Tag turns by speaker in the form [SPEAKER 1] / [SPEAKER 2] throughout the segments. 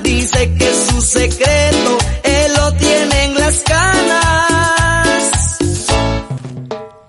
[SPEAKER 1] sé que su secreto él lo tiene en las canas.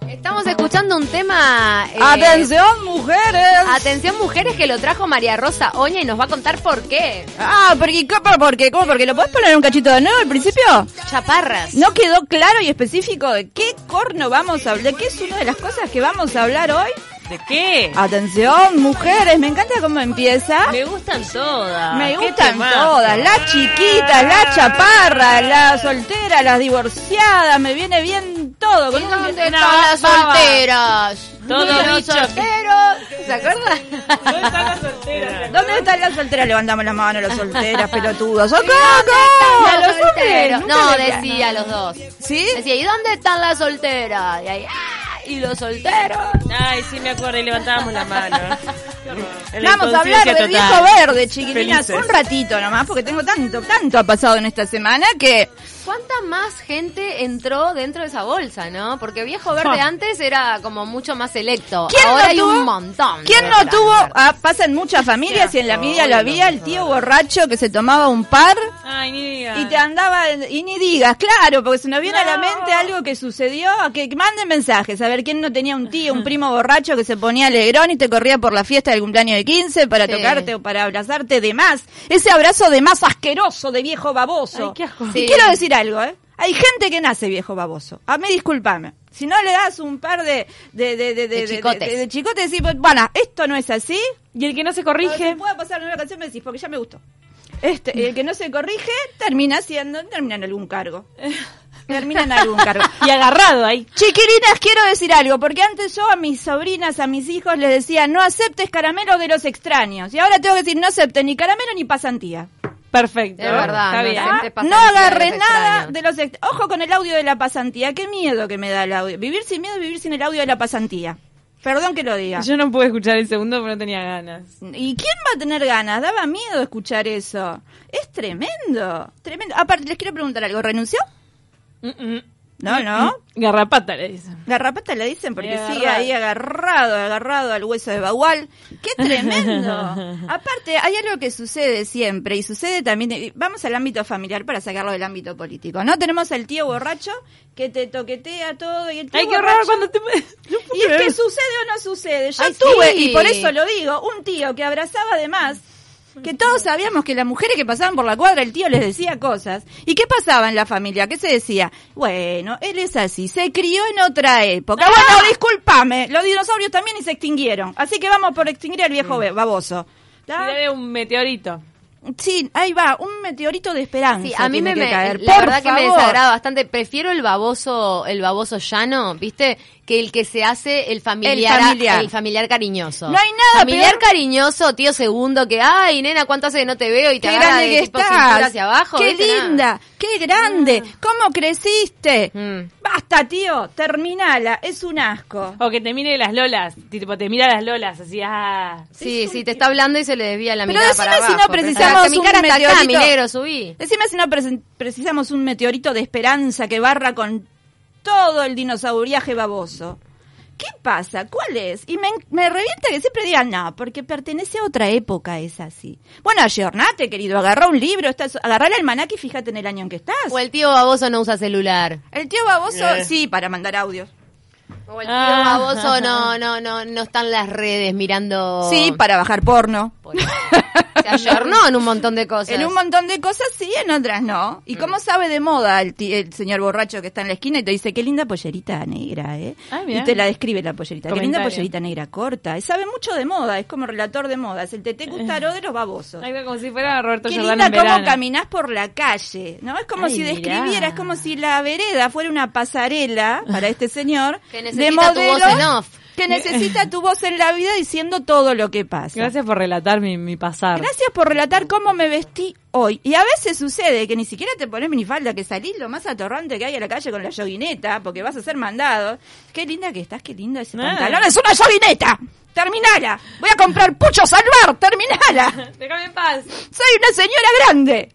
[SPEAKER 2] Estamos escuchando un tema. eh,
[SPEAKER 3] ¡Atención, mujeres!
[SPEAKER 2] Atención, mujeres, que lo trajo María Rosa Oña y nos va a contar por qué.
[SPEAKER 3] ah, porque, ¿cómo? ¿por qué? ¿Cómo? ¿Porque lo podés poner un cachito de nuevo al principio?
[SPEAKER 2] Chaparras.
[SPEAKER 3] ¿No quedó claro y específico de qué corno vamos a hablar? ¿Qué es una de las cosas que vamos a hablar hoy?
[SPEAKER 4] ¿De qué?
[SPEAKER 3] Atención, mujeres, me encanta cómo
[SPEAKER 2] Ah,
[SPEAKER 3] empieza.
[SPEAKER 4] Me gustan todas.
[SPEAKER 3] Me
[SPEAKER 4] ¿Qué
[SPEAKER 3] gustan
[SPEAKER 4] temazo?
[SPEAKER 3] todas, las chiquitas, las chaparras, las solteras, las divorciadas, me viene bien todo. Con un-
[SPEAKER 2] ¿Dónde
[SPEAKER 4] No,
[SPEAKER 2] están las
[SPEAKER 4] baba.
[SPEAKER 2] solteras?
[SPEAKER 4] Todo
[SPEAKER 2] ¿Dónde los
[SPEAKER 4] bicho.
[SPEAKER 2] solteros? ¿Se acuerdan?
[SPEAKER 3] ¿Dónde están las solteras? Levantamos las manos, las solteras, pelotudos. ¡Socorro!
[SPEAKER 2] ¿Dónde
[SPEAKER 3] A
[SPEAKER 2] están
[SPEAKER 3] los
[SPEAKER 2] los
[SPEAKER 3] hombres,
[SPEAKER 2] solteros?
[SPEAKER 3] nunca
[SPEAKER 2] No,
[SPEAKER 3] le-
[SPEAKER 2] decía los dos.
[SPEAKER 3] ¿Sí?
[SPEAKER 2] Decía, ¿y dónde están las solteras? Y ahí, ¡ah! Y los solteros.
[SPEAKER 4] Ay, sí me acuerdo, y levantábamos la mano. El
[SPEAKER 3] Vamos a hablar
[SPEAKER 4] inconsciencia
[SPEAKER 3] de viejo
[SPEAKER 4] total.
[SPEAKER 3] verde, chiquilinas.
[SPEAKER 4] Felices.
[SPEAKER 3] Un ratito nomás, porque tengo tanto, tanto ha pasado en esta semana que...
[SPEAKER 2] ¿Cuánta más gente entró dentro de esa bolsa, no? Porque Viejo Verde
[SPEAKER 3] Ja.
[SPEAKER 2] antes era como mucho más selecto.
[SPEAKER 3] ¿Quién
[SPEAKER 2] Ahora
[SPEAKER 3] no
[SPEAKER 2] hay
[SPEAKER 3] tuvo?
[SPEAKER 2] un montón.
[SPEAKER 3] ¿Quién
[SPEAKER 2] de
[SPEAKER 3] no
[SPEAKER 2] grandes.
[SPEAKER 3] tuvo? Ah, pasa en muchas familias y en la media lo había el tío borracho que se tomaba un par
[SPEAKER 4] Ay, ni digas.
[SPEAKER 3] y te andaba y ni digas, claro, porque se nos viene a la mente algo que sucedió, que que manden mensajes, a ver quién no tenía un tío, un primo borracho que se ponía alegrón y te corría por la fiesta del cumpleaños de 15 para
[SPEAKER 2] Sí.
[SPEAKER 3] tocarte o para abrazarte de más, ese abrazo de más asqueroso de viejo baboso.
[SPEAKER 4] Ay, qué asco.
[SPEAKER 3] Y
[SPEAKER 2] Sí.
[SPEAKER 3] quiero decir algo, ¿eh? Hay gente que nace viejo baboso. A mí discúlpame. Si no le das un par de de de de de, de-
[SPEAKER 2] chicotes.
[SPEAKER 3] de- de chicotes decís, bueno, esto no es así.
[SPEAKER 4] Y el que no se
[SPEAKER 3] Dije,
[SPEAKER 4] corrige.
[SPEAKER 3] puede pasar una nueva canción me decís, porque ya me gustó. Este, el que no se corrige termina siendo, termina en algún cargo. Termina en algún cargo.
[SPEAKER 4] Y agarrado ahí.
[SPEAKER 3] Chiquilinas, quiero decir algo, porque antes yo a mis sobrinas, a mis hijos les decía, no aceptes caramelo de los extraños. Y ahora tengo que decir, no acepten ni caramelo ni pasantía.
[SPEAKER 4] Perfecto.
[SPEAKER 2] Es verdad,
[SPEAKER 4] Está
[SPEAKER 2] no
[SPEAKER 4] bien.
[SPEAKER 2] acepté. Gente
[SPEAKER 3] Ah, No
[SPEAKER 2] pasantía de
[SPEAKER 3] agarré
[SPEAKER 2] los
[SPEAKER 3] nada
[SPEAKER 2] extraños.
[SPEAKER 3] de los... ex- Ojo con el audio de la pasantía, qué miedo que me da el audio. Vivir sin miedo, es vivir sin el audio de la pasantía. Perdón que lo diga.
[SPEAKER 4] Ah, Yo no pude escuchar el segundo porque no tenía ganas.
[SPEAKER 3] ¿Y quién va a tener ganas? Daba miedo escuchar eso. Es tremendo, tremendo. Aparte, les quiero preguntar algo. ¿Renunció?
[SPEAKER 4] Mm, mm.
[SPEAKER 3] No, no.
[SPEAKER 4] Garrapata le dicen.
[SPEAKER 3] Garrapata le dicen porque
[SPEAKER 4] Agarrado.
[SPEAKER 3] sigue ahí agarrado, agarrado al hueso de bagual. ¡Qué tremendo! Aparte, hay algo que sucede siempre y sucede también. y Vamos al ámbito familiar para sacarlo del ámbito político, ¿no? Tenemos al tío borracho que te toquetea todo y el tío
[SPEAKER 4] Ay, qué
[SPEAKER 3] borracho...
[SPEAKER 4] raro cuando te... No puedo
[SPEAKER 3] Y es que
[SPEAKER 4] creer.
[SPEAKER 3] sucede o no sucede. Yo
[SPEAKER 2] Ay,
[SPEAKER 3] Ah, tuve,
[SPEAKER 2] sí.
[SPEAKER 3] y por eso lo digo, un tío que abrazaba de más, que todos sabíamos que las mujeres que pasaban por la cuadra, el tío les decía cosas. ¿Y qué pasaba en la familia? ¿Qué se decía? Bueno, él es así, se crió en otra
[SPEAKER 2] Ah.
[SPEAKER 3] época. Bueno, discúlpame, los dinosaurios también y se extinguieron. Así que vamos por extinguir al
[SPEAKER 2] Mm.
[SPEAKER 3] viejo be- baboso. ¿Tá?
[SPEAKER 4] Se le ve un meteorito.
[SPEAKER 3] Sí, ahí va, un meteorito de esperanza.
[SPEAKER 2] Sí, a mí me,
[SPEAKER 3] tiene
[SPEAKER 2] me-
[SPEAKER 3] que caer.
[SPEAKER 2] la
[SPEAKER 3] Por
[SPEAKER 2] verdad que me
[SPEAKER 3] favor.
[SPEAKER 2] desagrada bastante. Prefiero el baboso, el baboso llano, ¿viste? Que el que se hace el familiar,
[SPEAKER 3] El familiar.
[SPEAKER 2] el familiar cariñoso.
[SPEAKER 3] No hay nada
[SPEAKER 2] Familiar
[SPEAKER 3] peor.
[SPEAKER 2] cariñoso, tío segundo, que, ay, nena, ¿cuánto hace que no te veo? Y te
[SPEAKER 3] Qué
[SPEAKER 2] agarra
[SPEAKER 3] grande
[SPEAKER 2] de
[SPEAKER 3] que
[SPEAKER 2] tipo cintura
[SPEAKER 3] estás.
[SPEAKER 2] hacia abajo.
[SPEAKER 3] Qué
[SPEAKER 2] ¿viste? Nada.
[SPEAKER 3] linda, qué grande. ¿Cómo creciste?
[SPEAKER 2] Mm.
[SPEAKER 3] Basta, tío, terminala, es un asco.
[SPEAKER 4] O que te mire las lolas. Tipo, te mira las lolas así, ah.
[SPEAKER 2] Sí, sí, te está hablando y se le desvía la
[SPEAKER 3] Pero
[SPEAKER 2] mirada
[SPEAKER 3] decime
[SPEAKER 2] para
[SPEAKER 3] si no
[SPEAKER 2] abajo,
[SPEAKER 3] precisamos
[SPEAKER 2] pensá, que mi
[SPEAKER 3] un
[SPEAKER 2] cara está acá, mi
[SPEAKER 3] meteorito.
[SPEAKER 2] negro, subí.
[SPEAKER 3] Decime si no presen- precisamos un meteorito de esperanza que barra con todo el dinosauriaje baboso. ¿Qué pasa? ¿Cuál es? Y me, en- me revienta que siempre digan, no, porque pertenece a otra época, es así. Bueno, ayornate, querido, agarra un libro, estás, agarra el almanaque y fíjate en el año en que estás.
[SPEAKER 2] O el tío baboso no usa celular.
[SPEAKER 3] el tío baboso,
[SPEAKER 4] Eh.
[SPEAKER 3] sí, para mandar audios.
[SPEAKER 2] O el tío
[SPEAKER 4] Ah.
[SPEAKER 2] baboso no, no, no, no está en las redes mirando.
[SPEAKER 3] Sí, para bajar porno.
[SPEAKER 2] Se ayornó en un montón de cosas.
[SPEAKER 3] En un montón de cosas sí, en otras no. ¿Y
[SPEAKER 4] Mm.
[SPEAKER 3] cómo sabe de moda el, ti- el señor borracho que está en la esquina y te dice, qué linda pollerita negra, eh?
[SPEAKER 4] Ay, mirá.
[SPEAKER 3] y te la describe la pollerita. Qué linda
[SPEAKER 4] Ah, Comentario.
[SPEAKER 3] pollerita negra corta. Y sabe mucho de moda, es como relator de modas, el tete gustaró de los babosos.
[SPEAKER 4] Eh. Ay, como si fuera Roberto
[SPEAKER 3] Qué
[SPEAKER 4] Giordano
[SPEAKER 3] linda
[SPEAKER 4] en
[SPEAKER 3] cómo
[SPEAKER 4] verano.
[SPEAKER 3] caminás por la calle, ¿no? Es como
[SPEAKER 4] Ay,
[SPEAKER 3] si describiera,
[SPEAKER 4] mirá.
[SPEAKER 3] es como si la vereda fuera una pasarela para este señor
[SPEAKER 2] Que
[SPEAKER 3] de
[SPEAKER 2] necesita tu
[SPEAKER 3] modelos
[SPEAKER 2] voz en off.
[SPEAKER 3] que necesita tu voz en la vida diciendo todo lo que pasa.
[SPEAKER 4] Gracias por relatar mi, mi pasar.
[SPEAKER 3] Gracias por relatar cómo me vestí hoy. Y a veces sucede que ni siquiera te pones minifalda, que salís lo más atorrante que hay a la calle con la yoguineta, porque vas a ser mandado. Qué linda que estás, qué lindo ese
[SPEAKER 4] Ah.
[SPEAKER 3] pantalón. ¡Es una yoguineta! ¡Terminala! Voy a comprar puchos al bar, terminala.
[SPEAKER 4] Déjame en paz.
[SPEAKER 3] Soy una señora grande.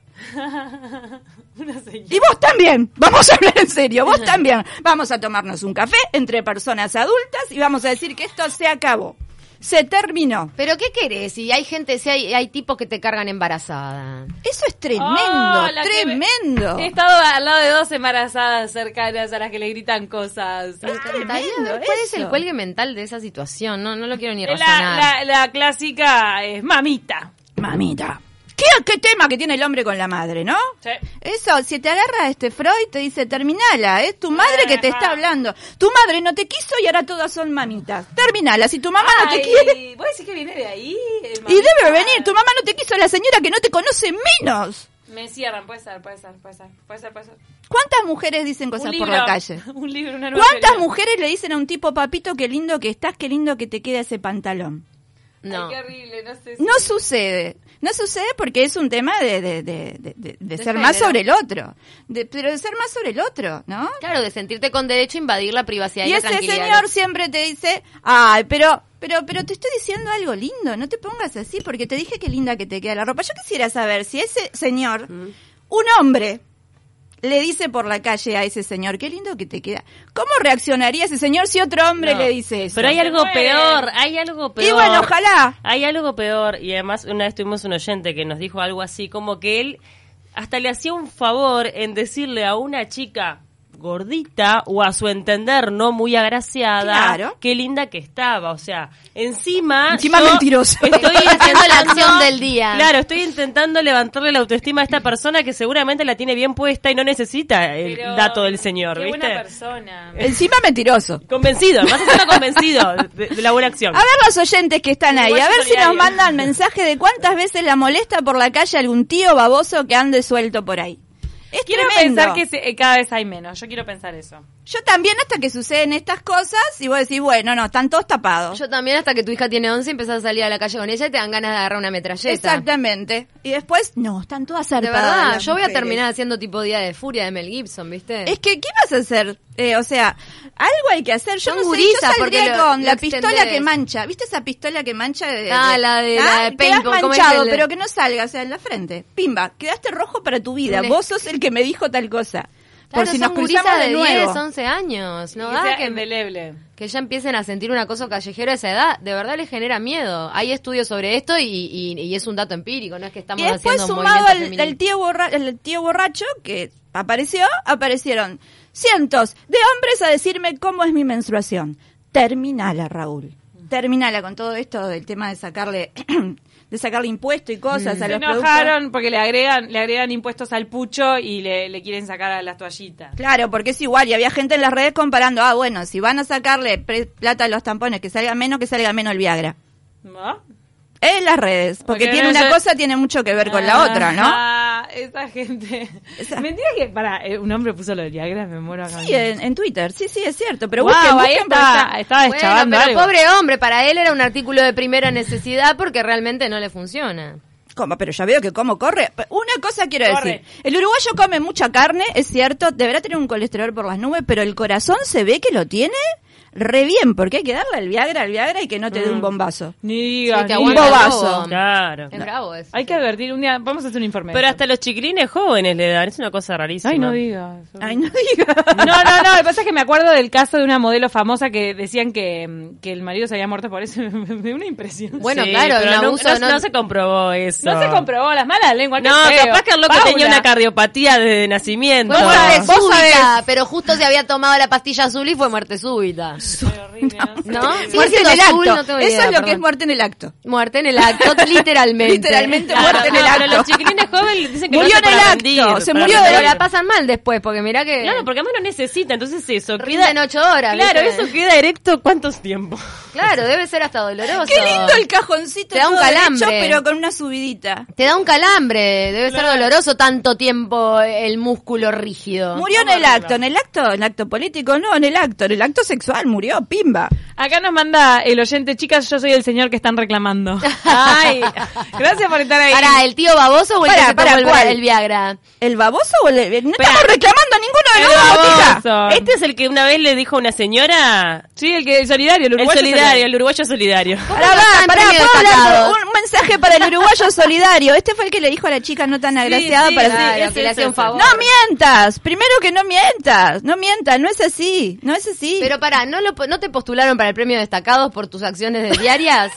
[SPEAKER 4] Una señora.
[SPEAKER 3] Y vos también. Vamos a hablar en serio, vos también. Vamos a tomarnos un café entre personas adultas y vamos a decir que esto se acabó. se terminó.
[SPEAKER 2] ¿Pero qué querés? Si hay gente, si hay, hay tipos que te cargan embarazada.
[SPEAKER 3] Eso es tremendo,
[SPEAKER 4] Oh, la que me-
[SPEAKER 3] tremendo.
[SPEAKER 4] He estado al lado de dos embarazadas cercanas a las que le gritan cosas. Ah,
[SPEAKER 3] Es tremendo
[SPEAKER 2] ¿Cuál es
[SPEAKER 3] Ah, eso.
[SPEAKER 2] el cuelgue mental de esa situación? No, no lo quiero ni
[SPEAKER 4] La,
[SPEAKER 2] razonar.
[SPEAKER 4] la- la clásica es mamita.
[SPEAKER 3] Mamita. ¿Qué, ¿Qué tema que tiene el hombre con la madre, no?
[SPEAKER 4] Sí.
[SPEAKER 3] Eso, si te agarra este Freud, te dice, terminala, es tu madre que te está hablando. Tu madre no te quiso y ahora todas son mamitas. Terminala, si tu mamá no Ah, te quiere.
[SPEAKER 4] Ay, ¿Vos decís que viene de ahí? el
[SPEAKER 3] Y
[SPEAKER 4] mamita?
[SPEAKER 3] debe venir, tu mamá no te quiso, la señora que no te conoce menos.
[SPEAKER 4] Me cierran, puede ser, puede ser, puede ser, puede ser, puede ser.
[SPEAKER 3] ¿Cuántas mujeres dicen
[SPEAKER 4] Un
[SPEAKER 3] cosas por
[SPEAKER 4] libro,
[SPEAKER 3] la calle?
[SPEAKER 4] Un libro, una nueva
[SPEAKER 3] ¿Cuántas
[SPEAKER 4] teoría.
[SPEAKER 3] mujeres le dicen a un tipo, papito, qué lindo que estás, qué lindo que te queda ese pantalón?
[SPEAKER 2] No.
[SPEAKER 4] Ay, qué horrible, no sé si-
[SPEAKER 3] No sucede. No sucede porque es un tema de, de, de- de- de- de ser más
[SPEAKER 2] género.
[SPEAKER 3] sobre el otro. De- pero de ser más sobre el otro, ¿no?
[SPEAKER 2] Claro, de sentirte con derecho a invadir la privacidad y,
[SPEAKER 3] Y
[SPEAKER 2] la
[SPEAKER 3] ese
[SPEAKER 2] tranquilidad.
[SPEAKER 3] señor siempre te dice, ay, pero, pero, pero te estoy diciendo algo lindo, no te pongas así porque te dije qué linda que te queda la ropa. Yo quisiera saber si ese señor, un hombre, le dice por la calle a ese señor, qué lindo que te queda. ¿Cómo reaccionaría ese señor si otro hombre
[SPEAKER 5] No,
[SPEAKER 3] le dice eso?
[SPEAKER 5] Pero hay algo
[SPEAKER 4] Se muere.
[SPEAKER 5] peor, hay algo peor.
[SPEAKER 3] y bueno, ojalá.
[SPEAKER 5] Hay algo peor, y además una vez tuvimos un oyente que nos dijo algo así, como que él hasta le hacía un favor en decirle a una chica gordita o a su entender no muy agraciada
[SPEAKER 3] Claro.
[SPEAKER 5] qué linda que estaba o sea encima
[SPEAKER 3] Encima
[SPEAKER 5] yo
[SPEAKER 3] mentiroso.
[SPEAKER 5] estoy
[SPEAKER 2] haciendo la
[SPEAKER 5] intentando-
[SPEAKER 2] acción del día.
[SPEAKER 5] claro estoy intentando levantarle la autoestima a esta persona que seguramente la tiene bien puesta y no necesita el
[SPEAKER 4] Pero-
[SPEAKER 5] dato del señor
[SPEAKER 4] Qué
[SPEAKER 5] viste
[SPEAKER 4] buena persona.
[SPEAKER 3] Encima mentiroso.
[SPEAKER 5] Convencido, más encima convencido de, de la buena acción.
[SPEAKER 3] A ver los oyentes que están ahí,
[SPEAKER 4] Igual
[SPEAKER 3] a ver si nos
[SPEAKER 4] solidario.
[SPEAKER 3] mandan mensaje de cuántas veces la molesta por la calle algún tío baboso que ande suelto por ahí. Es
[SPEAKER 4] Quiero
[SPEAKER 3] tremendo.
[SPEAKER 4] pensar que se- eh, cada vez hay menos. Yo quiero pensar eso.
[SPEAKER 3] Yo también hasta que suceden estas cosas y vos decís, bueno, no, están todos tapados.
[SPEAKER 2] Yo también, hasta que tu hija tiene 11, empezás a salir a la calle con ella y te dan ganas de agarrar una metralleta.
[SPEAKER 3] Exactamente. Y después, no, están todas
[SPEAKER 2] De
[SPEAKER 3] zarpadas.
[SPEAKER 2] verdad,
[SPEAKER 3] las
[SPEAKER 2] yo voy a
[SPEAKER 3] mujeres.
[SPEAKER 2] terminar haciendo tipo Día de Furia de Mel Gibson, ¿viste?
[SPEAKER 3] Es que, ¿qué vas a hacer? Eh, o sea, algo hay que hacer. Yo
[SPEAKER 2] Son
[SPEAKER 3] no sé, yo
[SPEAKER 2] gurisas,
[SPEAKER 3] saldría
[SPEAKER 2] porque lo-
[SPEAKER 3] con
[SPEAKER 2] lo
[SPEAKER 3] la pistola
[SPEAKER 2] extendés.
[SPEAKER 3] que mancha. ¿Viste esa pistola que mancha? De,
[SPEAKER 2] Ah, la de- la de
[SPEAKER 3] Quedás
[SPEAKER 2] paintball, ¿cómo es
[SPEAKER 3] manchado,
[SPEAKER 2] el de-
[SPEAKER 3] pero que no salga, o sea, en la frente. Pimba, quedaste rojo para tu vida.
[SPEAKER 2] Un
[SPEAKER 3] Vos sos el que me dijo tal cosa.
[SPEAKER 2] Claro,
[SPEAKER 3] Por si nos
[SPEAKER 2] son
[SPEAKER 3] cruzamos
[SPEAKER 2] gurisas
[SPEAKER 3] de nuevo.
[SPEAKER 2] 10, 11 años. No
[SPEAKER 4] Y
[SPEAKER 3] ah,
[SPEAKER 2] da
[SPEAKER 4] sea
[SPEAKER 2] que,
[SPEAKER 4] indeleble.
[SPEAKER 2] que ya empiecen a sentir un acoso callejero a esa edad. De verdad les genera miedo. Hay estudios sobre esto y, y- y es un dato empírico, no es que estamos
[SPEAKER 3] Y después
[SPEAKER 2] haciendo un
[SPEAKER 3] sumado
[SPEAKER 2] movimiento
[SPEAKER 3] al,
[SPEAKER 2] feminista.
[SPEAKER 3] al tío borra- al tío borracho que apareció, aparecieron cientos de hombres a decirme cómo es mi menstruación. Terminala, Raúl. Terminala con todo esto del tema de sacarle de sacarle impuesto y cosas a
[SPEAKER 4] Mm. Se
[SPEAKER 3] los
[SPEAKER 4] enojaron
[SPEAKER 3] productos.
[SPEAKER 4] porque le agregan, le agregan impuestos al pucho y le, le quieren sacar a las toallitas.
[SPEAKER 3] Claro, porque es igual y había gente en las redes comparando, ah, bueno, si van a sacarle pre- plata a los tampones, que salga menos, que salga menos el Viagra.
[SPEAKER 4] ¿No?
[SPEAKER 3] En las redes, porque
[SPEAKER 4] Porque
[SPEAKER 3] tiene
[SPEAKER 4] no
[SPEAKER 3] una
[SPEAKER 4] sé-
[SPEAKER 3] cosa tiene mucho que ver con la otra, ¿no?
[SPEAKER 4] Ah, esa gente.
[SPEAKER 3] Esa-
[SPEAKER 4] Mentira que. Para, un hombre puso lo del Viagra, me muero acá.
[SPEAKER 3] Sí, en, en Twitter, sí, sí, es cierto, pero
[SPEAKER 4] Guau,
[SPEAKER 3] busquen,
[SPEAKER 4] ahí
[SPEAKER 3] busquen, porque
[SPEAKER 4] está,
[SPEAKER 3] está-
[SPEAKER 4] estaba
[SPEAKER 2] Bueno,
[SPEAKER 4] deschavando
[SPEAKER 2] pero
[SPEAKER 4] algo.
[SPEAKER 2] pobre hombre, para él era un artículo de primera necesidad porque realmente no le funciona.
[SPEAKER 3] ¿Cómo? Pero ya veo que cómo corre. Una cosa quiero
[SPEAKER 4] Corre.
[SPEAKER 3] decir. El uruguayo come mucha carne, es cierto, deberá tener un colesterol por las nubes, pero el corazón se ve que lo tiene re bien, porque hay que darle al Viagra, al Viagra y que no te dé un bombazo.
[SPEAKER 4] Ni digas.
[SPEAKER 2] Sí, te
[SPEAKER 4] ni
[SPEAKER 2] aguanta
[SPEAKER 4] digas.
[SPEAKER 3] bobazo.
[SPEAKER 2] todo.
[SPEAKER 5] Claro.
[SPEAKER 2] Es bravo eso.
[SPEAKER 4] Hay que advertir un día. Vamos a hacer un informe.
[SPEAKER 5] Pero hasta los chiquilines jóvenes le dan, es una cosa rarísima.
[SPEAKER 4] Ay, no digas.
[SPEAKER 3] Ay, no digas.
[SPEAKER 4] No, no, no. Lo que pasa es que me acuerdo del caso de una modelo famosa que decían que, mm, que el marido se había muerto por eso. Me dio una impresión.
[SPEAKER 2] Bueno, claro,
[SPEAKER 5] pero
[SPEAKER 2] el
[SPEAKER 5] no,
[SPEAKER 2] abuso
[SPEAKER 5] no-
[SPEAKER 2] no-
[SPEAKER 5] no se comprobó eso.
[SPEAKER 4] No se comprobó las malas lenguas. qué
[SPEAKER 5] No,
[SPEAKER 4] feo.
[SPEAKER 5] capaz que el loco
[SPEAKER 4] Paula.
[SPEAKER 5] tenía una cardiopatía desde nacimiento.
[SPEAKER 2] Fue muerte
[SPEAKER 3] vos
[SPEAKER 2] súbita,
[SPEAKER 3] sabés.
[SPEAKER 2] pero justo se había tomado la pastilla azul y fue muerte súbita. ¿No? Sí,
[SPEAKER 3] muerte en
[SPEAKER 2] siendo
[SPEAKER 3] el
[SPEAKER 2] azul,
[SPEAKER 3] acto.
[SPEAKER 2] no tengo
[SPEAKER 3] Eso
[SPEAKER 2] idea,
[SPEAKER 3] es lo que
[SPEAKER 2] perdón.
[SPEAKER 3] es muerte en el acto.
[SPEAKER 2] Muerte en el acto, literalmente.
[SPEAKER 3] Literalmente
[SPEAKER 5] Claro,
[SPEAKER 3] muerte en el
[SPEAKER 5] no,
[SPEAKER 3] acto.
[SPEAKER 5] pero los chiquilines jóvenes dicen que
[SPEAKER 3] Murió
[SPEAKER 5] lo hacen
[SPEAKER 3] en el
[SPEAKER 5] para
[SPEAKER 3] acto,
[SPEAKER 5] rendir,
[SPEAKER 3] se
[SPEAKER 5] para
[SPEAKER 3] murió
[SPEAKER 5] rendir.
[SPEAKER 2] Pero la pasan mal después, porque mirá que...
[SPEAKER 5] Claro, porque además no necesita, entonces eso.
[SPEAKER 2] Rinden
[SPEAKER 5] queda-
[SPEAKER 2] ocho horas,
[SPEAKER 5] Claro,
[SPEAKER 2] ¿viste?
[SPEAKER 5] eso queda erecto cuántos tiempos.
[SPEAKER 2] Claro, debe ser hasta doloroso.
[SPEAKER 3] Qué lindo el cajoncito.
[SPEAKER 2] Te da un
[SPEAKER 3] todo derecho,
[SPEAKER 2] calambre.
[SPEAKER 3] pero con una subidita.
[SPEAKER 2] Te da un calambre, debe ser doloroso tanto tiempo el músculo rígido.
[SPEAKER 3] Murió en el acto, en el acto, en el acto político, no, en el acto, en el acto sexual, murió, pimba.
[SPEAKER 4] Acá nos manda el oyente, chicas, yo soy el señor que están reclamando. Ay, gracias por estar ahí.
[SPEAKER 2] Para el tío baboso o el
[SPEAKER 3] Pará,
[SPEAKER 2] que se tomó
[SPEAKER 3] pará,
[SPEAKER 2] el,
[SPEAKER 3] ¿cuál?
[SPEAKER 2] el Viagra.
[SPEAKER 3] ¿El baboso o el.? No
[SPEAKER 5] Espera.
[SPEAKER 3] estamos reclamando a ninguno de
[SPEAKER 5] El
[SPEAKER 3] los dos, tija.
[SPEAKER 5] baboso. Este es el que una vez le dijo a una señora.
[SPEAKER 4] Sí, el que el solidario, el
[SPEAKER 5] El
[SPEAKER 4] uruguayo.
[SPEAKER 5] solidario, el uruguayo solidario.
[SPEAKER 3] Pará,
[SPEAKER 2] Porque
[SPEAKER 3] pará,
[SPEAKER 2] no
[SPEAKER 3] pará,
[SPEAKER 2] están premios
[SPEAKER 3] puedo hablar
[SPEAKER 2] destacados.
[SPEAKER 3] un, un mensaje para el uruguayo solidario. Este fue el que le dijo a la chica no tan agraciada
[SPEAKER 5] sí,
[SPEAKER 3] para
[SPEAKER 5] claro,
[SPEAKER 3] hacer-
[SPEAKER 5] que le hacía un favor.
[SPEAKER 3] No mientas, primero que no mientas, no mientas, no es así, no es así.
[SPEAKER 2] Pero pará, ¿no, lo, po- ¿no te postularon para para el premio destacados por tus acciones de diarias?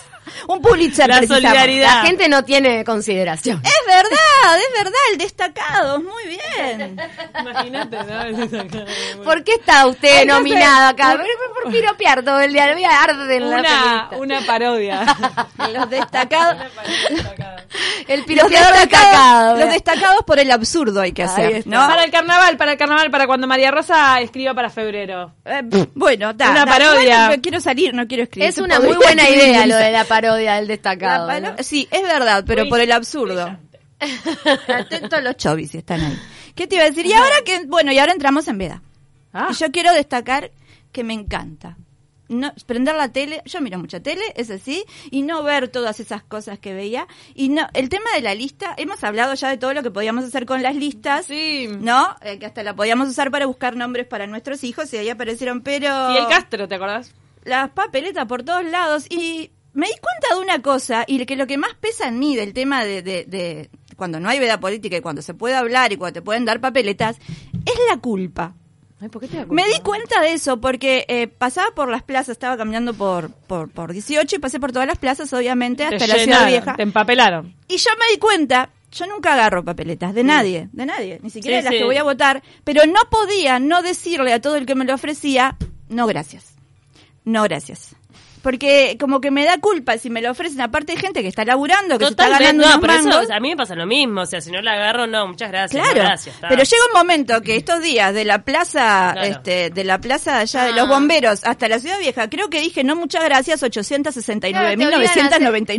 [SPEAKER 3] Un Pulitzer
[SPEAKER 5] La
[SPEAKER 3] precisamos.
[SPEAKER 5] solidaridad.
[SPEAKER 2] La gente no tiene consideración.
[SPEAKER 3] Es verdad, es verdad, el destacado, muy bien.
[SPEAKER 4] Imagínate,
[SPEAKER 3] Eh,
[SPEAKER 4] ¿no?
[SPEAKER 2] ¿Por qué está usted
[SPEAKER 4] Ay, no sé.
[SPEAKER 2] nominado acá? Por, por piropear todo el día. Voy a arde en la
[SPEAKER 4] una,
[SPEAKER 2] feminista.
[SPEAKER 4] una parodia.
[SPEAKER 3] Los destacados,
[SPEAKER 2] El
[SPEAKER 3] los
[SPEAKER 2] piropeador destacado.
[SPEAKER 3] destacados, los destacados por el absurdo hay que hacer, ¿no?
[SPEAKER 4] Para el carnaval, para el carnaval, para cuando María Rosa escriba para febrero.
[SPEAKER 3] Eh, pff, bueno, ta,
[SPEAKER 4] Una
[SPEAKER 3] ta,
[SPEAKER 4] parodia.
[SPEAKER 3] bueno, pero quiero salir, no quiero escribir.
[SPEAKER 2] es una muy buena idea lo de la parodia del
[SPEAKER 3] La
[SPEAKER 2] destacado.
[SPEAKER 3] palo-
[SPEAKER 2] ¿no?
[SPEAKER 3] Sí, es verdad, pero por el absurdo. Atento a los chovis si están ahí. ¿Qué te iba a decir? Y ahora que, bueno, y ahora entramos en veda.
[SPEAKER 4] Ah.
[SPEAKER 3] Y yo quiero destacar que me encanta. No, prender la tele, yo miro mucha tele, es así, y no ver todas esas cosas que veía. Y no, el tema de la lista, hemos hablado ya de todo lo que podíamos hacer con las listas,
[SPEAKER 4] Sí.
[SPEAKER 3] ¿no? Eh, que hasta la podíamos usar para buscar nombres para nuestros hijos y ahí aparecieron, pero
[SPEAKER 4] Y el Castro, ¿te acordás?
[SPEAKER 3] las papeletas por todos lados y me di cuenta de una cosa y que lo que más pesa en mí del tema de, de- de cuando no hay veda política y cuando se puede hablar y cuando te pueden dar papeletas es la culpa.
[SPEAKER 4] Ay, ¿por qué te
[SPEAKER 3] Me di cuenta de eso porque eh, pasaba por las plazas, estaba caminando por, por, por 18 y pasé por todas las plazas, obviamente, hasta la ciudad vieja.
[SPEAKER 4] Te empapelaron.
[SPEAKER 3] Y yo me di cuenta, yo nunca agarro papeletas de nadie, de nadie, ni siquiera de
[SPEAKER 5] Sí,
[SPEAKER 3] las
[SPEAKER 5] sí.
[SPEAKER 3] que voy a votar, pero no podía no decirle a todo el que me lo ofrecía, no gracias, no gracias. Porque como que me da culpa si me lo ofrecen, aparte hay gente que está laburando, que se está
[SPEAKER 5] Totalmente,
[SPEAKER 3] ganando
[SPEAKER 5] no,
[SPEAKER 3] unos
[SPEAKER 5] pero eso-
[SPEAKER 3] mangos.
[SPEAKER 5] a mí me pasa lo mismo, o sea, si no la agarro, no, muchas gracias,
[SPEAKER 3] Claro,
[SPEAKER 5] no, gracias. está.
[SPEAKER 3] pero llega un momento que estos días de la plaza,
[SPEAKER 5] Claro.
[SPEAKER 3] este, de la plaza allá
[SPEAKER 2] Ah.
[SPEAKER 3] de los bomberos hasta la ciudad vieja, creo que dije no muchas gracias
[SPEAKER 2] Claro, te obligan a hacer-
[SPEAKER 3] 869.999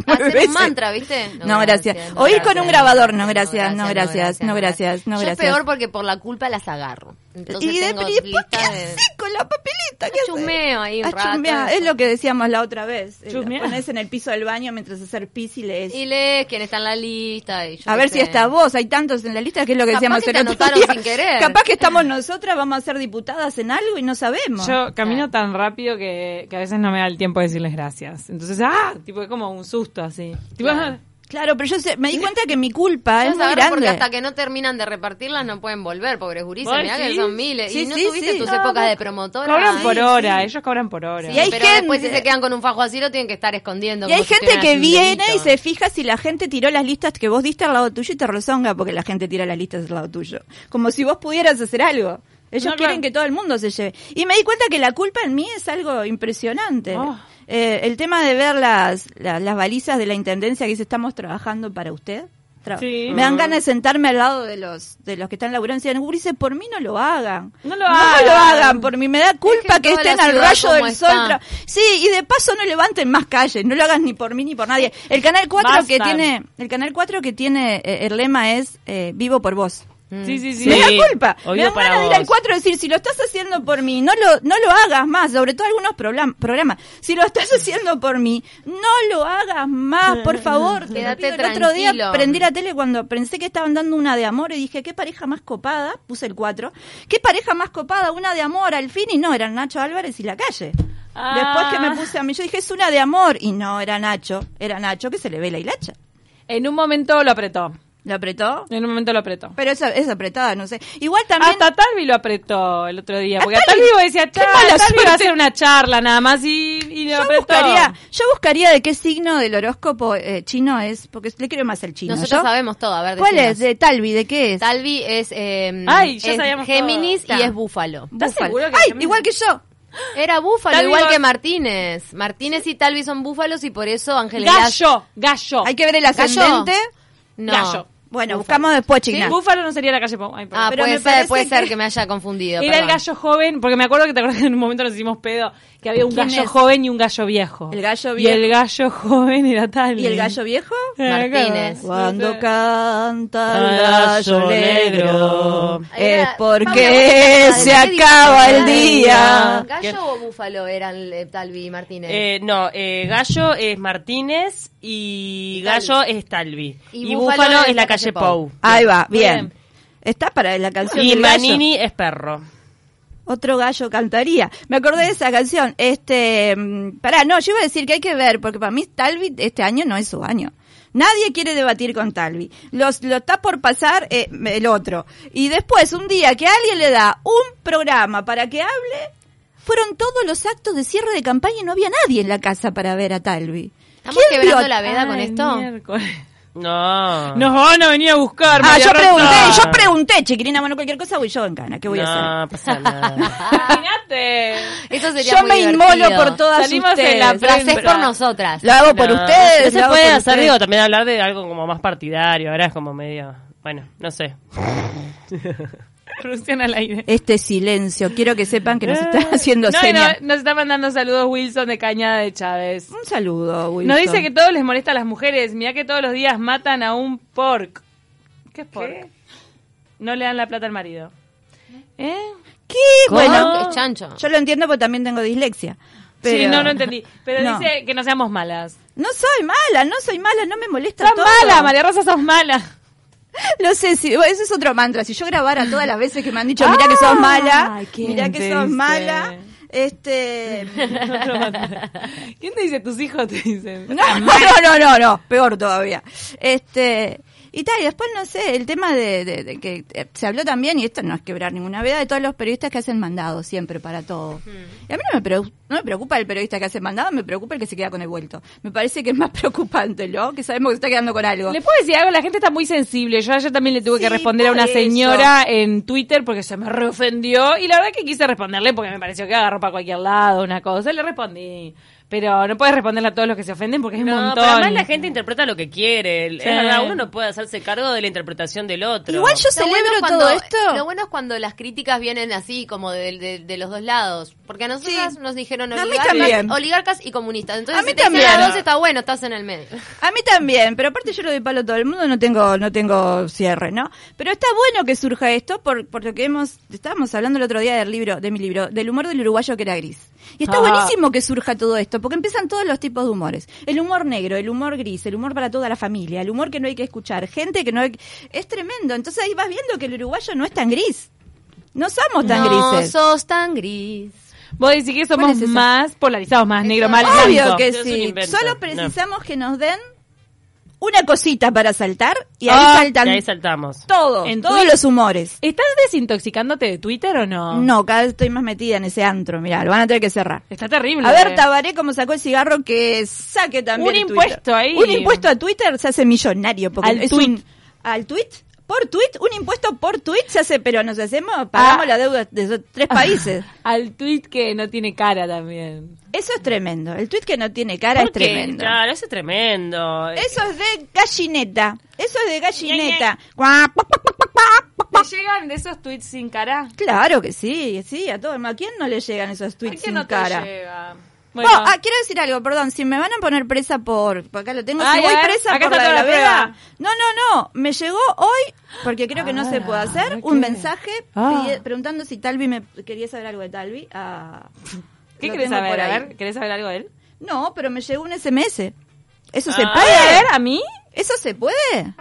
[SPEAKER 2] a hacer
[SPEAKER 3] veces.
[SPEAKER 2] un mantra, ¿viste?
[SPEAKER 3] No, gracias. O ir con un grabador, no, gracias, no, gracias, no, gracias, no,
[SPEAKER 2] Yo
[SPEAKER 3] gracias.
[SPEAKER 2] peor porque por la culpa las agarro. Entonces
[SPEAKER 3] y
[SPEAKER 2] tengo
[SPEAKER 3] después, ¿por qué
[SPEAKER 2] lista de-
[SPEAKER 3] así con la papelita? ¿Qué
[SPEAKER 2] Chusmeo ahí un
[SPEAKER 3] A
[SPEAKER 2] rato.
[SPEAKER 3] chusmear, es lo que decíamos la otra vez. Eh, Lo
[SPEAKER 4] Chusmear.
[SPEAKER 3] pones en el piso del baño mientras hacer pis y lees.
[SPEAKER 2] Y lees quién está en la lista. y yo
[SPEAKER 3] a
[SPEAKER 2] qué
[SPEAKER 3] ver si
[SPEAKER 2] sé.
[SPEAKER 3] está vos, hay tantos en la lista que es lo que
[SPEAKER 2] Capaz
[SPEAKER 3] decíamos
[SPEAKER 2] que
[SPEAKER 3] el
[SPEAKER 2] te
[SPEAKER 3] otro
[SPEAKER 2] anotaron
[SPEAKER 3] día.
[SPEAKER 2] sin querer.
[SPEAKER 3] Capaz que estamos nosotras, vamos a ser diputadas en algo y no sabemos.
[SPEAKER 4] Yo camino tan rápido que, que a veces no me da el tiempo de decirles gracias. Entonces, ¡ah! Tipo, es como un susto así. Tipo,
[SPEAKER 2] Claro.
[SPEAKER 4] ah,
[SPEAKER 3] Claro, pero yo sé- me di cuenta que mi culpa
[SPEAKER 2] Las
[SPEAKER 3] es muy
[SPEAKER 2] agarro porque
[SPEAKER 3] grande.
[SPEAKER 2] hasta que no terminan de repartirlas no pueden volver, pobres gurisas.
[SPEAKER 4] ¿Vos
[SPEAKER 2] Mirá que
[SPEAKER 4] decís?
[SPEAKER 2] son miles.
[SPEAKER 3] Sí,
[SPEAKER 2] y no
[SPEAKER 3] sí,
[SPEAKER 2] tuviste
[SPEAKER 3] sí.
[SPEAKER 2] tus
[SPEAKER 3] No,
[SPEAKER 2] épocas
[SPEAKER 3] no.
[SPEAKER 2] de promotora.
[SPEAKER 4] cobran
[SPEAKER 2] Ay,
[SPEAKER 4] por hora, ellos cobran por hora.
[SPEAKER 3] Sí, Y hay
[SPEAKER 2] pero después si
[SPEAKER 3] gente-
[SPEAKER 2] se quedan con un fajo así lo tienen que estar escondiendo.
[SPEAKER 3] Y hay
[SPEAKER 2] como si
[SPEAKER 3] gente que
[SPEAKER 2] estuvieran
[SPEAKER 3] viene
[SPEAKER 2] haciendo
[SPEAKER 3] y
[SPEAKER 2] un
[SPEAKER 3] se
[SPEAKER 2] delito.
[SPEAKER 3] fija si la gente tiró las listas que vos diste al lado tuyo y te rezonga porque la gente tira las listas al lado tuyo. Como si vos pudieras hacer algo. Ellos
[SPEAKER 4] No,
[SPEAKER 3] quieren
[SPEAKER 4] claro.
[SPEAKER 3] que todo el mundo se lleve. Y me di cuenta que la culpa en mí es algo impresionante.
[SPEAKER 4] Oh.
[SPEAKER 3] Eh, el tema de ver las, la- las, balizas de la intendencia que dice estamos trabajando para usted. Tra-
[SPEAKER 4] Sí.
[SPEAKER 3] Me dan ganas de sentarme al lado de los de los que están laburando y decían, "Gurises, por mí no lo hagan.
[SPEAKER 4] No lo hagan.
[SPEAKER 3] lo hagan por mí. Me da culpa
[SPEAKER 2] Dejen
[SPEAKER 3] que,
[SPEAKER 2] toda
[SPEAKER 3] estén
[SPEAKER 2] la
[SPEAKER 3] al
[SPEAKER 2] ciudad
[SPEAKER 3] rayo
[SPEAKER 2] como
[SPEAKER 3] del sol.
[SPEAKER 2] está.
[SPEAKER 3] tra- Sí, y de paso no levanten más calles, no lo hagas ni por mí ni por nadie. El canal 4
[SPEAKER 4] Basta.
[SPEAKER 3] que tiene, el canal 4 que tiene eh, el lema es eh, vivo por vos.
[SPEAKER 2] Mm.
[SPEAKER 4] Sí, sí, sí.
[SPEAKER 3] Me da
[SPEAKER 5] Sí,
[SPEAKER 3] culpa.
[SPEAKER 5] o
[SPEAKER 3] Me
[SPEAKER 5] vivo
[SPEAKER 3] da
[SPEAKER 5] para
[SPEAKER 3] ganas de ir al
[SPEAKER 5] vos.
[SPEAKER 3] 4 y decir, si lo estás haciendo por mí, no lo, no lo hagas más, sobre todo algunos program- programas. Si lo estás haciendo por mí, no lo hagas más, por favor. te lo
[SPEAKER 2] Quédate
[SPEAKER 3] pido. el otro día
[SPEAKER 2] tranquilo.
[SPEAKER 3] prendí la tele cuando pensé que estaban dando una de amor y dije, qué pareja más copada, puse el 4, qué pareja más copada, una de amor al fin y no, eran Nacho Álvarez y la calle. Después
[SPEAKER 4] Ah.
[SPEAKER 3] que me puse a mí, yo dije, es una de amor. Y no, era Nacho. Era Nacho que se le ve la hilacha.
[SPEAKER 4] En un momento lo apretó.
[SPEAKER 3] ¿Lo apretó?
[SPEAKER 4] En un momento lo apretó.
[SPEAKER 3] Pero esa es apretada, no sé. Igual también...
[SPEAKER 4] Hasta Talvi lo apretó el otro día. Porque a
[SPEAKER 3] A Talvi-
[SPEAKER 4] Talvi vos decía,
[SPEAKER 3] qué
[SPEAKER 4] "Chá,
[SPEAKER 3] mala
[SPEAKER 4] Talvi va a
[SPEAKER 3] suerte".
[SPEAKER 4] hacer una charla nada más y, y lo
[SPEAKER 3] yo
[SPEAKER 4] apretó.
[SPEAKER 3] buscaría, yo buscaría de qué signo del horóscopo eh, chino es, porque le creo más el chino.
[SPEAKER 2] Nosotros
[SPEAKER 3] ¿yo?
[SPEAKER 2] sabemos todo. A ver,
[SPEAKER 3] ¿Cuál
[SPEAKER 2] decinos.
[SPEAKER 3] es? De Talvi, ¿de qué es?
[SPEAKER 2] Talvi es, eh,
[SPEAKER 4] Ay, ya
[SPEAKER 2] es
[SPEAKER 4] sabíamos
[SPEAKER 2] Géminis
[SPEAKER 4] todo.
[SPEAKER 2] y es Búfalo.
[SPEAKER 4] ¿Estás
[SPEAKER 3] Búfalo.
[SPEAKER 4] seguro que
[SPEAKER 3] Ay,
[SPEAKER 4] Géminis?
[SPEAKER 3] igual que yo.
[SPEAKER 2] Era Búfalo,
[SPEAKER 4] Talvi
[SPEAKER 2] igual
[SPEAKER 4] va-
[SPEAKER 2] que Martínez. Martínez y Talvi son búfalos y por eso Ángel Gallo.
[SPEAKER 4] Gallo, gallo.
[SPEAKER 3] Hay que ver el
[SPEAKER 2] ¿Gallo?
[SPEAKER 3] ascendente.
[SPEAKER 2] No.
[SPEAKER 4] Gallo.
[SPEAKER 3] Bueno, buscamos después,
[SPEAKER 4] Sí,
[SPEAKER 3] China.
[SPEAKER 4] Búfalo no sería la calle Pau. Ay, perdón.
[SPEAKER 2] Ah,
[SPEAKER 3] Pero me
[SPEAKER 2] puede
[SPEAKER 3] parece
[SPEAKER 2] ser, puede ser
[SPEAKER 3] que-
[SPEAKER 2] que me haya confundido.
[SPEAKER 4] Era el
[SPEAKER 2] perdón.
[SPEAKER 4] gallo joven, porque me acuerdo que te acuerdas que en un momento nos hicimos pedo, que había un
[SPEAKER 3] ¿Quién
[SPEAKER 4] gallo
[SPEAKER 3] es?
[SPEAKER 4] joven y un gallo viejo.
[SPEAKER 3] El gallo
[SPEAKER 4] Y el
[SPEAKER 3] viejo.
[SPEAKER 4] gallo joven era tal.
[SPEAKER 3] ¿Y el gallo viejo?
[SPEAKER 2] Martínez.
[SPEAKER 3] Cuando canta
[SPEAKER 5] Al
[SPEAKER 3] el
[SPEAKER 5] gallo
[SPEAKER 3] gallo negro
[SPEAKER 5] negro.
[SPEAKER 3] es
[SPEAKER 2] Era-
[SPEAKER 3] porque
[SPEAKER 2] Vamos,
[SPEAKER 3] se
[SPEAKER 2] ¿qué dijo?
[SPEAKER 3] acaba el
[SPEAKER 2] Ay,
[SPEAKER 3] día.
[SPEAKER 5] ¿Qué?
[SPEAKER 2] ¿Gallo o búfalo eran eh, Talvi y Martínez?
[SPEAKER 5] Eh, no, eh, Gallo es Martínez y,
[SPEAKER 2] Y Talvi.
[SPEAKER 5] Gallo es Talvi.
[SPEAKER 2] Y
[SPEAKER 5] Y,
[SPEAKER 2] Búfalo
[SPEAKER 5] Búfalo,
[SPEAKER 2] es
[SPEAKER 5] es la calle Pou.
[SPEAKER 3] Ahí va, bien.
[SPEAKER 4] bien.
[SPEAKER 3] Está para la canción
[SPEAKER 5] Y
[SPEAKER 3] del gallo.
[SPEAKER 5] Manini es perro.
[SPEAKER 3] Otro gallo cantaría. Me acordé de esa canción. Este, mm, pará, no, yo iba a decir que hay que ver, porque para mí Talvi este año no es su año. Nadie quiere debatir con Talvi. Los, lo está por pasar eh, el otro. Y después, un día que alguien le da un programa para que hable, Fueron todos los actos de cierre de campaña y no había nadie en la casa para ver a Talvi.
[SPEAKER 2] ¿Estamos
[SPEAKER 3] ¿Quién
[SPEAKER 2] quebrando
[SPEAKER 3] vio-
[SPEAKER 2] la veda con
[SPEAKER 4] Ay,
[SPEAKER 2] esto?
[SPEAKER 4] miércoles.
[SPEAKER 5] No.
[SPEAKER 4] Nos van a venir a buscar.
[SPEAKER 3] Ah,
[SPEAKER 4] María
[SPEAKER 3] yo
[SPEAKER 4] Rosa.
[SPEAKER 3] pregunté, yo pregunté, chiquilina, bueno, cualquier cosa voy yo en cana, ¿qué voy
[SPEAKER 5] no,
[SPEAKER 3] a hacer?
[SPEAKER 5] pasa nada.
[SPEAKER 4] Ah, Imagínate.
[SPEAKER 2] Eso sería
[SPEAKER 3] Yo
[SPEAKER 2] muy
[SPEAKER 3] me
[SPEAKER 2] divertido.
[SPEAKER 3] inmolo por todas
[SPEAKER 4] Salimos
[SPEAKER 3] ustedes.
[SPEAKER 4] en la
[SPEAKER 2] Lo haces
[SPEAKER 4] Siempre.
[SPEAKER 2] por nosotras.
[SPEAKER 3] Lo hago por
[SPEAKER 5] No.
[SPEAKER 3] ustedes.
[SPEAKER 5] No
[SPEAKER 3] lo
[SPEAKER 5] se
[SPEAKER 3] hago
[SPEAKER 5] puede
[SPEAKER 3] por
[SPEAKER 5] hacer,
[SPEAKER 3] ustedes.
[SPEAKER 5] digo, también hablar de algo como más partidario. Ahora es como medio. Bueno, no sé.
[SPEAKER 4] Producción al aire.
[SPEAKER 3] Este silencio, quiero que sepan que nos están haciendo
[SPEAKER 4] Ah. No, y no,
[SPEAKER 3] señas.
[SPEAKER 4] nos está mandando saludos Wilson de Cañada de Chávez.
[SPEAKER 3] Un saludo, Wilson.
[SPEAKER 4] Nos dice que todo les molesta a las mujeres. Mirá que todos los días matan a un pork. ¿Qué es pork? No le dan la plata al marido. ¿Eh?
[SPEAKER 3] ¿Qué?
[SPEAKER 2] ¿Cómo?
[SPEAKER 3] Bueno,
[SPEAKER 2] es chancho.
[SPEAKER 3] yo lo entiendo porque también tengo dislexia. Pero...
[SPEAKER 4] Sí, no, no entendí. Pero
[SPEAKER 3] No.
[SPEAKER 4] dice que no seamos malas.
[SPEAKER 3] No soy mala, no soy mala, no me molesta
[SPEAKER 4] ¡Sos
[SPEAKER 3] todo.
[SPEAKER 4] mala, María Rosa, sos mala!
[SPEAKER 3] No sé si, bueno, eso es otro mantra. Si yo grabara todas las veces que me han dicho, mira que sos mala,
[SPEAKER 4] Ay, ¿quién
[SPEAKER 3] mira
[SPEAKER 4] te
[SPEAKER 3] que sos
[SPEAKER 4] dice?
[SPEAKER 3] mala, este...
[SPEAKER 4] ¿Quién te dice? Tus hijos te dicen.
[SPEAKER 3] No, no, no, no, no, peor todavía. Este, y tal, y después no sé, el tema de, de- de que eh, se habló también, y esto no es quebrar ninguna veda, de todos los periodistas que hacen mandado siempre para todo. Y a mí no me, preu- no me preocupa el periodista que hace mandado, me preocupa el que se queda con el vuelto. Me parece que es más preocupante, ¿no? Que sabemos que se está quedando con algo.
[SPEAKER 4] ¿Le puedo decir algo? La gente está muy sensible. Yo ayer también le tuve que
[SPEAKER 3] Sí,
[SPEAKER 4] responder a
[SPEAKER 3] por
[SPEAKER 4] una
[SPEAKER 3] eso.
[SPEAKER 4] señora en Twitter porque se me reofendió. Y la verdad que quise responderle porque me pareció que agarró para cualquier lado una cosa. Le respondí. Pero no puedes responderle a todos los que se ofenden porque es
[SPEAKER 5] No,
[SPEAKER 4] un montón.
[SPEAKER 5] pero además la gente interpreta lo que quiere. Es
[SPEAKER 4] Sí.
[SPEAKER 5] verdad, uno no puede hacerse cargo de la interpretación del otro.
[SPEAKER 3] Igual yo
[SPEAKER 2] Lo bueno
[SPEAKER 3] celebro
[SPEAKER 2] es cuando-
[SPEAKER 3] todo esto.
[SPEAKER 2] Lo bueno es cuando las críticas vienen así, como de, de- de los dos lados. Porque a nosotras
[SPEAKER 3] Sí.
[SPEAKER 2] nos dijeron
[SPEAKER 3] A mí
[SPEAKER 2] oligarcas,
[SPEAKER 3] también.
[SPEAKER 2] oligarcas y comunistas. Entonces,
[SPEAKER 3] A
[SPEAKER 2] a
[SPEAKER 3] mí
[SPEAKER 2] si te dicen las
[SPEAKER 3] también.
[SPEAKER 2] dos, está bueno, estás en el medio.
[SPEAKER 3] A mí también, pero aparte yo lo doy palo a todo el mundo, no tengo, no tengo cierre, ¿no? Pero está bueno que surja esto por, por lo que hemos, estábamos hablando el otro día del libro, de mi libro, del humor del uruguayo que era gris. Y está
[SPEAKER 4] Ah.
[SPEAKER 3] buenísimo que surja todo esto, porque empiezan todos los tipos de humores. El humor negro, el humor gris, el humor para toda la familia, el humor que no hay que escuchar, gente que no hay que- Es tremendo, entonces ahí vas viendo que el uruguayo no es tan gris. No somos tan
[SPEAKER 2] no
[SPEAKER 3] grises.
[SPEAKER 2] sos tan gris.
[SPEAKER 4] Vos decís que somos
[SPEAKER 3] ¿Cuál es esa?
[SPEAKER 4] más polarizados, más negro, más
[SPEAKER 3] Obvio
[SPEAKER 4] blanco.
[SPEAKER 3] que
[SPEAKER 5] Eso es un
[SPEAKER 3] sí.
[SPEAKER 5] invento.
[SPEAKER 3] Solo precisamos que nos den una cosita para saltar y ahí
[SPEAKER 4] Ah,
[SPEAKER 3] saltan
[SPEAKER 5] Y ahí saltamos.
[SPEAKER 3] todos,
[SPEAKER 4] En
[SPEAKER 3] todos
[SPEAKER 4] Twitter.
[SPEAKER 3] los humores.
[SPEAKER 4] ¿Estás desintoxicándote de Twitter o no?
[SPEAKER 3] No, cada vez estoy más metida en ese antro, mirá, lo van a tener que cerrar.
[SPEAKER 4] Está terrible.
[SPEAKER 3] A ver, Tabaré, como sacó el cigarro, que saque también
[SPEAKER 4] Un
[SPEAKER 3] el Twitter.
[SPEAKER 4] impuesto ahí.
[SPEAKER 3] Un impuesto a Twitter se hace millonario. Porque
[SPEAKER 4] Al
[SPEAKER 3] es
[SPEAKER 4] tweet.
[SPEAKER 3] un- al tweet, por tweet, un impuesto por tweet se hace, pero nos hacemos, pagamos
[SPEAKER 4] Ah.
[SPEAKER 3] la deuda de esos tres países.
[SPEAKER 4] Al tweet que no tiene cara también.
[SPEAKER 3] Eso es tremendo. El tweet que no tiene cara es
[SPEAKER 5] Porque,
[SPEAKER 3] tremendo.
[SPEAKER 5] Claro, eso es tremendo.
[SPEAKER 3] Eso es de gallineta. Eso es de gallineta. Cuá, cuá, cuá, cuá, cuá, cuá, cuá.
[SPEAKER 4] llegan de esos tweets sin cara?
[SPEAKER 3] Claro que sí, sí, a todo el mundo. ¿A quién no le llegan esos tweets sin cara?
[SPEAKER 4] llega?
[SPEAKER 3] Bueno, ah, quiero decir algo, perdón, si me van a poner presa por, por acá lo tengo,
[SPEAKER 4] Ay,
[SPEAKER 3] si voy
[SPEAKER 4] a ver,
[SPEAKER 3] presa
[SPEAKER 4] acá
[SPEAKER 3] por
[SPEAKER 4] está
[SPEAKER 3] la de la
[SPEAKER 4] toda la
[SPEAKER 3] veda.
[SPEAKER 4] prueba.
[SPEAKER 3] No, no, no, me llegó hoy, porque creo que no se
[SPEAKER 4] Ah,
[SPEAKER 3] puede hacer,
[SPEAKER 4] ¿qué?
[SPEAKER 3] un mensaje
[SPEAKER 4] Ah.
[SPEAKER 3] pide- preguntando si Talvi me quería saber algo de Talvi. Ah,
[SPEAKER 4] ¿Qué
[SPEAKER 3] lo
[SPEAKER 4] querés
[SPEAKER 3] tengo
[SPEAKER 4] saber?
[SPEAKER 3] por
[SPEAKER 4] A
[SPEAKER 3] ahí.
[SPEAKER 4] ver, ¿querés saber algo de él?
[SPEAKER 3] No, pero me llegó un SMS. ¿Eso se
[SPEAKER 5] Ah.
[SPEAKER 3] puede?
[SPEAKER 4] ¿Puede ver a mí?
[SPEAKER 3] ¿Eso se puede?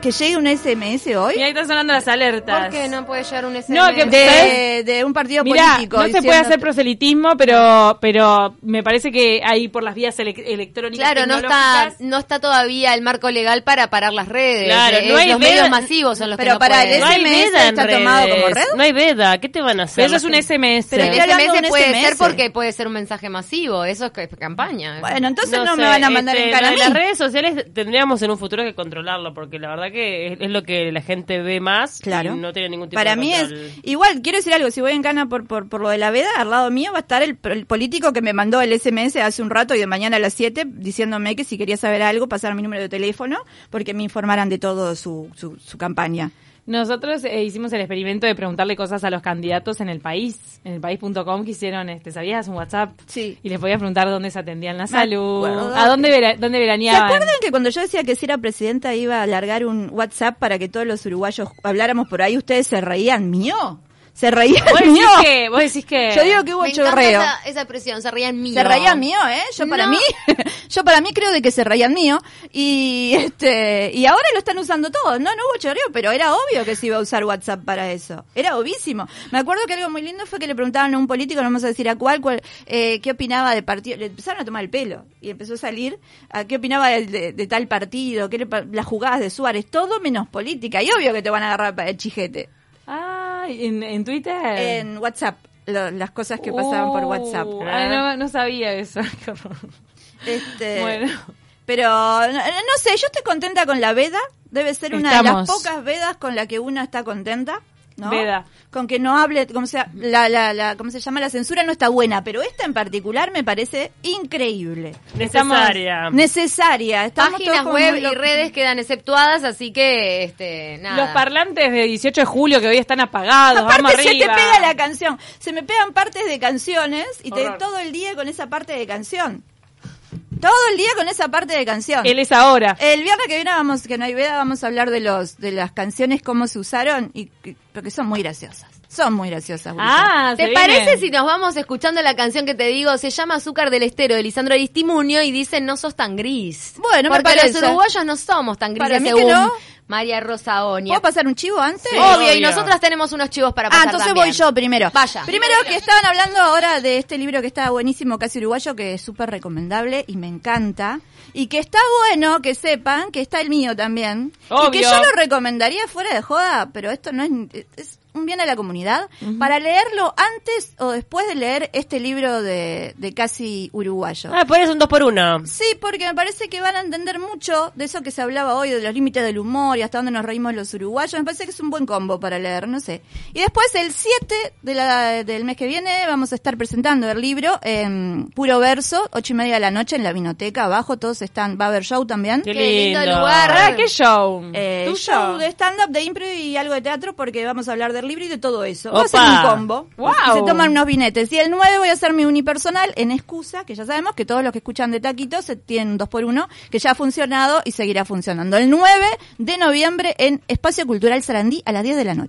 [SPEAKER 3] ¿Que llegue un SMS hoy?
[SPEAKER 4] Y ahí están sonando las alertas.
[SPEAKER 2] ¿Por qué no puede llegar un E SMS?
[SPEAKER 4] No, que-
[SPEAKER 3] de, de un partido
[SPEAKER 4] Mirá,
[SPEAKER 3] político.
[SPEAKER 4] no se puede
[SPEAKER 3] diciendo-
[SPEAKER 4] hacer proselitismo, pero pero me parece que ahí por las vías ele- electrónicas
[SPEAKER 2] Claro, no está,
[SPEAKER 4] tecnológicas-
[SPEAKER 2] no está todavía el marco legal para parar las redes.
[SPEAKER 5] Claro,
[SPEAKER 2] Eh,
[SPEAKER 5] no hay
[SPEAKER 2] los
[SPEAKER 5] veda-
[SPEAKER 2] medios masivos son los
[SPEAKER 3] Pero
[SPEAKER 2] que no
[SPEAKER 3] para
[SPEAKER 2] pueden.
[SPEAKER 3] el E
[SPEAKER 5] no hay
[SPEAKER 3] SMS
[SPEAKER 5] veda en
[SPEAKER 3] está tomado como
[SPEAKER 5] redes.
[SPEAKER 3] red.
[SPEAKER 5] No hay veda. ¿Qué te van a hacer?
[SPEAKER 4] Pero eso es un SMS.
[SPEAKER 2] Pero el
[SPEAKER 3] Estoy hablando de
[SPEAKER 2] SMS
[SPEAKER 3] un E
[SPEAKER 2] puede ser
[SPEAKER 3] SMS.
[SPEAKER 2] porque puede ser un mensaje masivo. Eso es que- campaña.
[SPEAKER 3] Bueno, entonces no,
[SPEAKER 5] sé,
[SPEAKER 3] me van a mandar
[SPEAKER 5] este,
[SPEAKER 3] en cara a
[SPEAKER 5] lo
[SPEAKER 3] mí.
[SPEAKER 5] de Las redes sociales tendríamos en un futuro que controlarlo, porque la verdad que es, es lo que la gente ve más
[SPEAKER 3] Claro.
[SPEAKER 5] y no tiene ningún tipo
[SPEAKER 3] Para
[SPEAKER 5] de
[SPEAKER 3] mí es
[SPEAKER 5] control.
[SPEAKER 3] igual, quiero decir algo, si voy en cana por, por, por lo de la veda, al lado mío va a estar el, el político que me mandó el SMS hace un rato y de mañana a las 7 diciéndome que si quería saber algo pasar mi número de teléfono porque me informaran de todo su, su, su campaña.
[SPEAKER 4] Nosotros eh, hicimos el experimento de preguntarle cosas a los candidatos en el país, en el país.com que hicieron, este, ¿sabías un WhatsApp?
[SPEAKER 3] Sí.
[SPEAKER 4] Y les podías preguntar dónde se atendían
[SPEAKER 2] Ah,
[SPEAKER 4] la
[SPEAKER 3] Me
[SPEAKER 4] salud,
[SPEAKER 3] acuerdo.
[SPEAKER 4] a dónde vera- dónde
[SPEAKER 3] ¿Se
[SPEAKER 4] veraneaban.
[SPEAKER 3] acuerdan que cuando yo decía que si era presidenta iba a largar un WhatsApp para que todos los uruguayos habláramos por ahí? ¿Ustedes se reían mío? ¿Se reían
[SPEAKER 4] Vos decís
[SPEAKER 3] mío?
[SPEAKER 4] que, vos decís que
[SPEAKER 3] Yo digo que hubo
[SPEAKER 2] Me encanta
[SPEAKER 3] chorreo.
[SPEAKER 2] Esa, esa expresión, se reían mío.
[SPEAKER 3] Se reían mío, ¿eh? Yo para
[SPEAKER 2] No.
[SPEAKER 3] mí, yo para mí creo de que se reían mío y este y ahora lo están usando todos. No, no hubo choreo, pero era obvio que se iba a usar WhatsApp para eso. Era obvísimo. Me acuerdo que algo muy lindo fue que le preguntaban a un político, no vamos a decir a cuál, cuál, eh, qué opinaba de partido. Le empezaron a tomar el pelo y empezó a salir a qué opinaba de, de- de tal partido, qué le pa- las jugadas de Suárez, todo menos política. Y obvio que te van a agarrar pa- el chijete
[SPEAKER 4] Ah, ¿en, en Twitter?
[SPEAKER 3] en WhatsApp. lo- las cosas que pasaban por
[SPEAKER 4] Uh,
[SPEAKER 3] WhatsApp. ¿Eh?
[SPEAKER 4] Ay, no, no sabía eso. Qué horror.
[SPEAKER 3] Este,
[SPEAKER 4] Bueno.
[SPEAKER 3] Pero no, no sé, yo estoy contenta con la veda. Debe ser una de las
[SPEAKER 4] Estamos.
[SPEAKER 3] pocas vedas con la que una está contenta. ¿no?
[SPEAKER 4] Veda.
[SPEAKER 3] Con que no hable, como sea, la, la, la, ¿cómo se llama? La censura no está buena, pero esta en particular me parece increíble.
[SPEAKER 5] Necesaria.
[SPEAKER 3] Necesaria. Estamos todos
[SPEAKER 2] Páginas
[SPEAKER 3] como
[SPEAKER 2] web
[SPEAKER 3] muy
[SPEAKER 2] y
[SPEAKER 3] locos.
[SPEAKER 2] redes quedan exceptuadas, así que, este, nada.
[SPEAKER 4] Los parlantes de 18 de julio que hoy están apagados. vamos
[SPEAKER 3] Aparte se te
[SPEAKER 4] arriba.
[SPEAKER 3] pega la canción. Se me pegan partes de canciones y te,
[SPEAKER 4] Horror.
[SPEAKER 3] todo el día con esa parte de canción. Todo el día con esa parte de canción.
[SPEAKER 4] Él es ahora.
[SPEAKER 3] El viernes que viene vamos, que no hay veda, vamos a hablar de los, de las canciones, cómo se usaron, y y- porque son muy graciosas. Son muy graciosas. gurisas.
[SPEAKER 4] ah,
[SPEAKER 2] ¿Te
[SPEAKER 4] se
[SPEAKER 2] parece
[SPEAKER 4] vienen.
[SPEAKER 2] si nos vamos escuchando la canción que te digo? Se llama Azúcar del Estero de Lisandro Aristimuño y dice No sos tan gris.
[SPEAKER 3] Bueno, me
[SPEAKER 2] Porque
[SPEAKER 3] parece.
[SPEAKER 2] los uruguayos no somos tan grises
[SPEAKER 3] Para mí que
[SPEAKER 2] según
[SPEAKER 3] no.
[SPEAKER 2] María Rosa Oña.
[SPEAKER 3] ¿Puedo pasar un chivo antes?
[SPEAKER 5] Sí,
[SPEAKER 2] obvio, y
[SPEAKER 5] obvio.
[SPEAKER 2] nosotras tenemos unos chivos para pasar
[SPEAKER 3] Ah, entonces
[SPEAKER 2] también.
[SPEAKER 3] voy yo primero.
[SPEAKER 2] Vaya.
[SPEAKER 3] Primero que estaban hablando ahora de este libro que está buenísimo, casi uruguayo, que es súper recomendable y me encanta. Y que está bueno que sepan que está el mío también. Y que
[SPEAKER 4] Obvio.
[SPEAKER 3] yo lo recomendaría fuera de joda, pero esto no es... es un bien a la comunidad, para leerlo antes o después de leer este libro de, de casi uruguayo.
[SPEAKER 5] Ah, pones un 2 por 1
[SPEAKER 3] Sí, porque me parece que van a entender mucho de eso que se hablaba hoy, de los límites del humor y hasta dónde nos reímos los uruguayos. Me parece que es un buen combo para leer, no sé. Y después, el 7 de la- del mes que viene, vamos a estar presentando el libro en puro verso, ocho y media de la noche en la vinoteca. Abajo todos están, va a haber show también.
[SPEAKER 5] Qué
[SPEAKER 2] Qué lindo
[SPEAKER 5] lindo.
[SPEAKER 2] lugar.
[SPEAKER 4] Ah, qué show.
[SPEAKER 3] Eh,
[SPEAKER 4] Mm. ¿Tuyo?
[SPEAKER 3] show de stand-up, de impro y algo de teatro porque vamos a hablar del libro y de todo eso. Va a
[SPEAKER 5] Opa.
[SPEAKER 3] ser un combo.
[SPEAKER 4] Wow.
[SPEAKER 3] Y se toman unos vinetes. Y el 9 voy a hacer mi unipersonal en excusa, que ya sabemos que todos los que escuchan de Taquito se tienen un 2x1, que ya ha funcionado y seguirá funcionando. El 9 de noviembre en Espacio Cultural Sarandí a las 10 de la noche.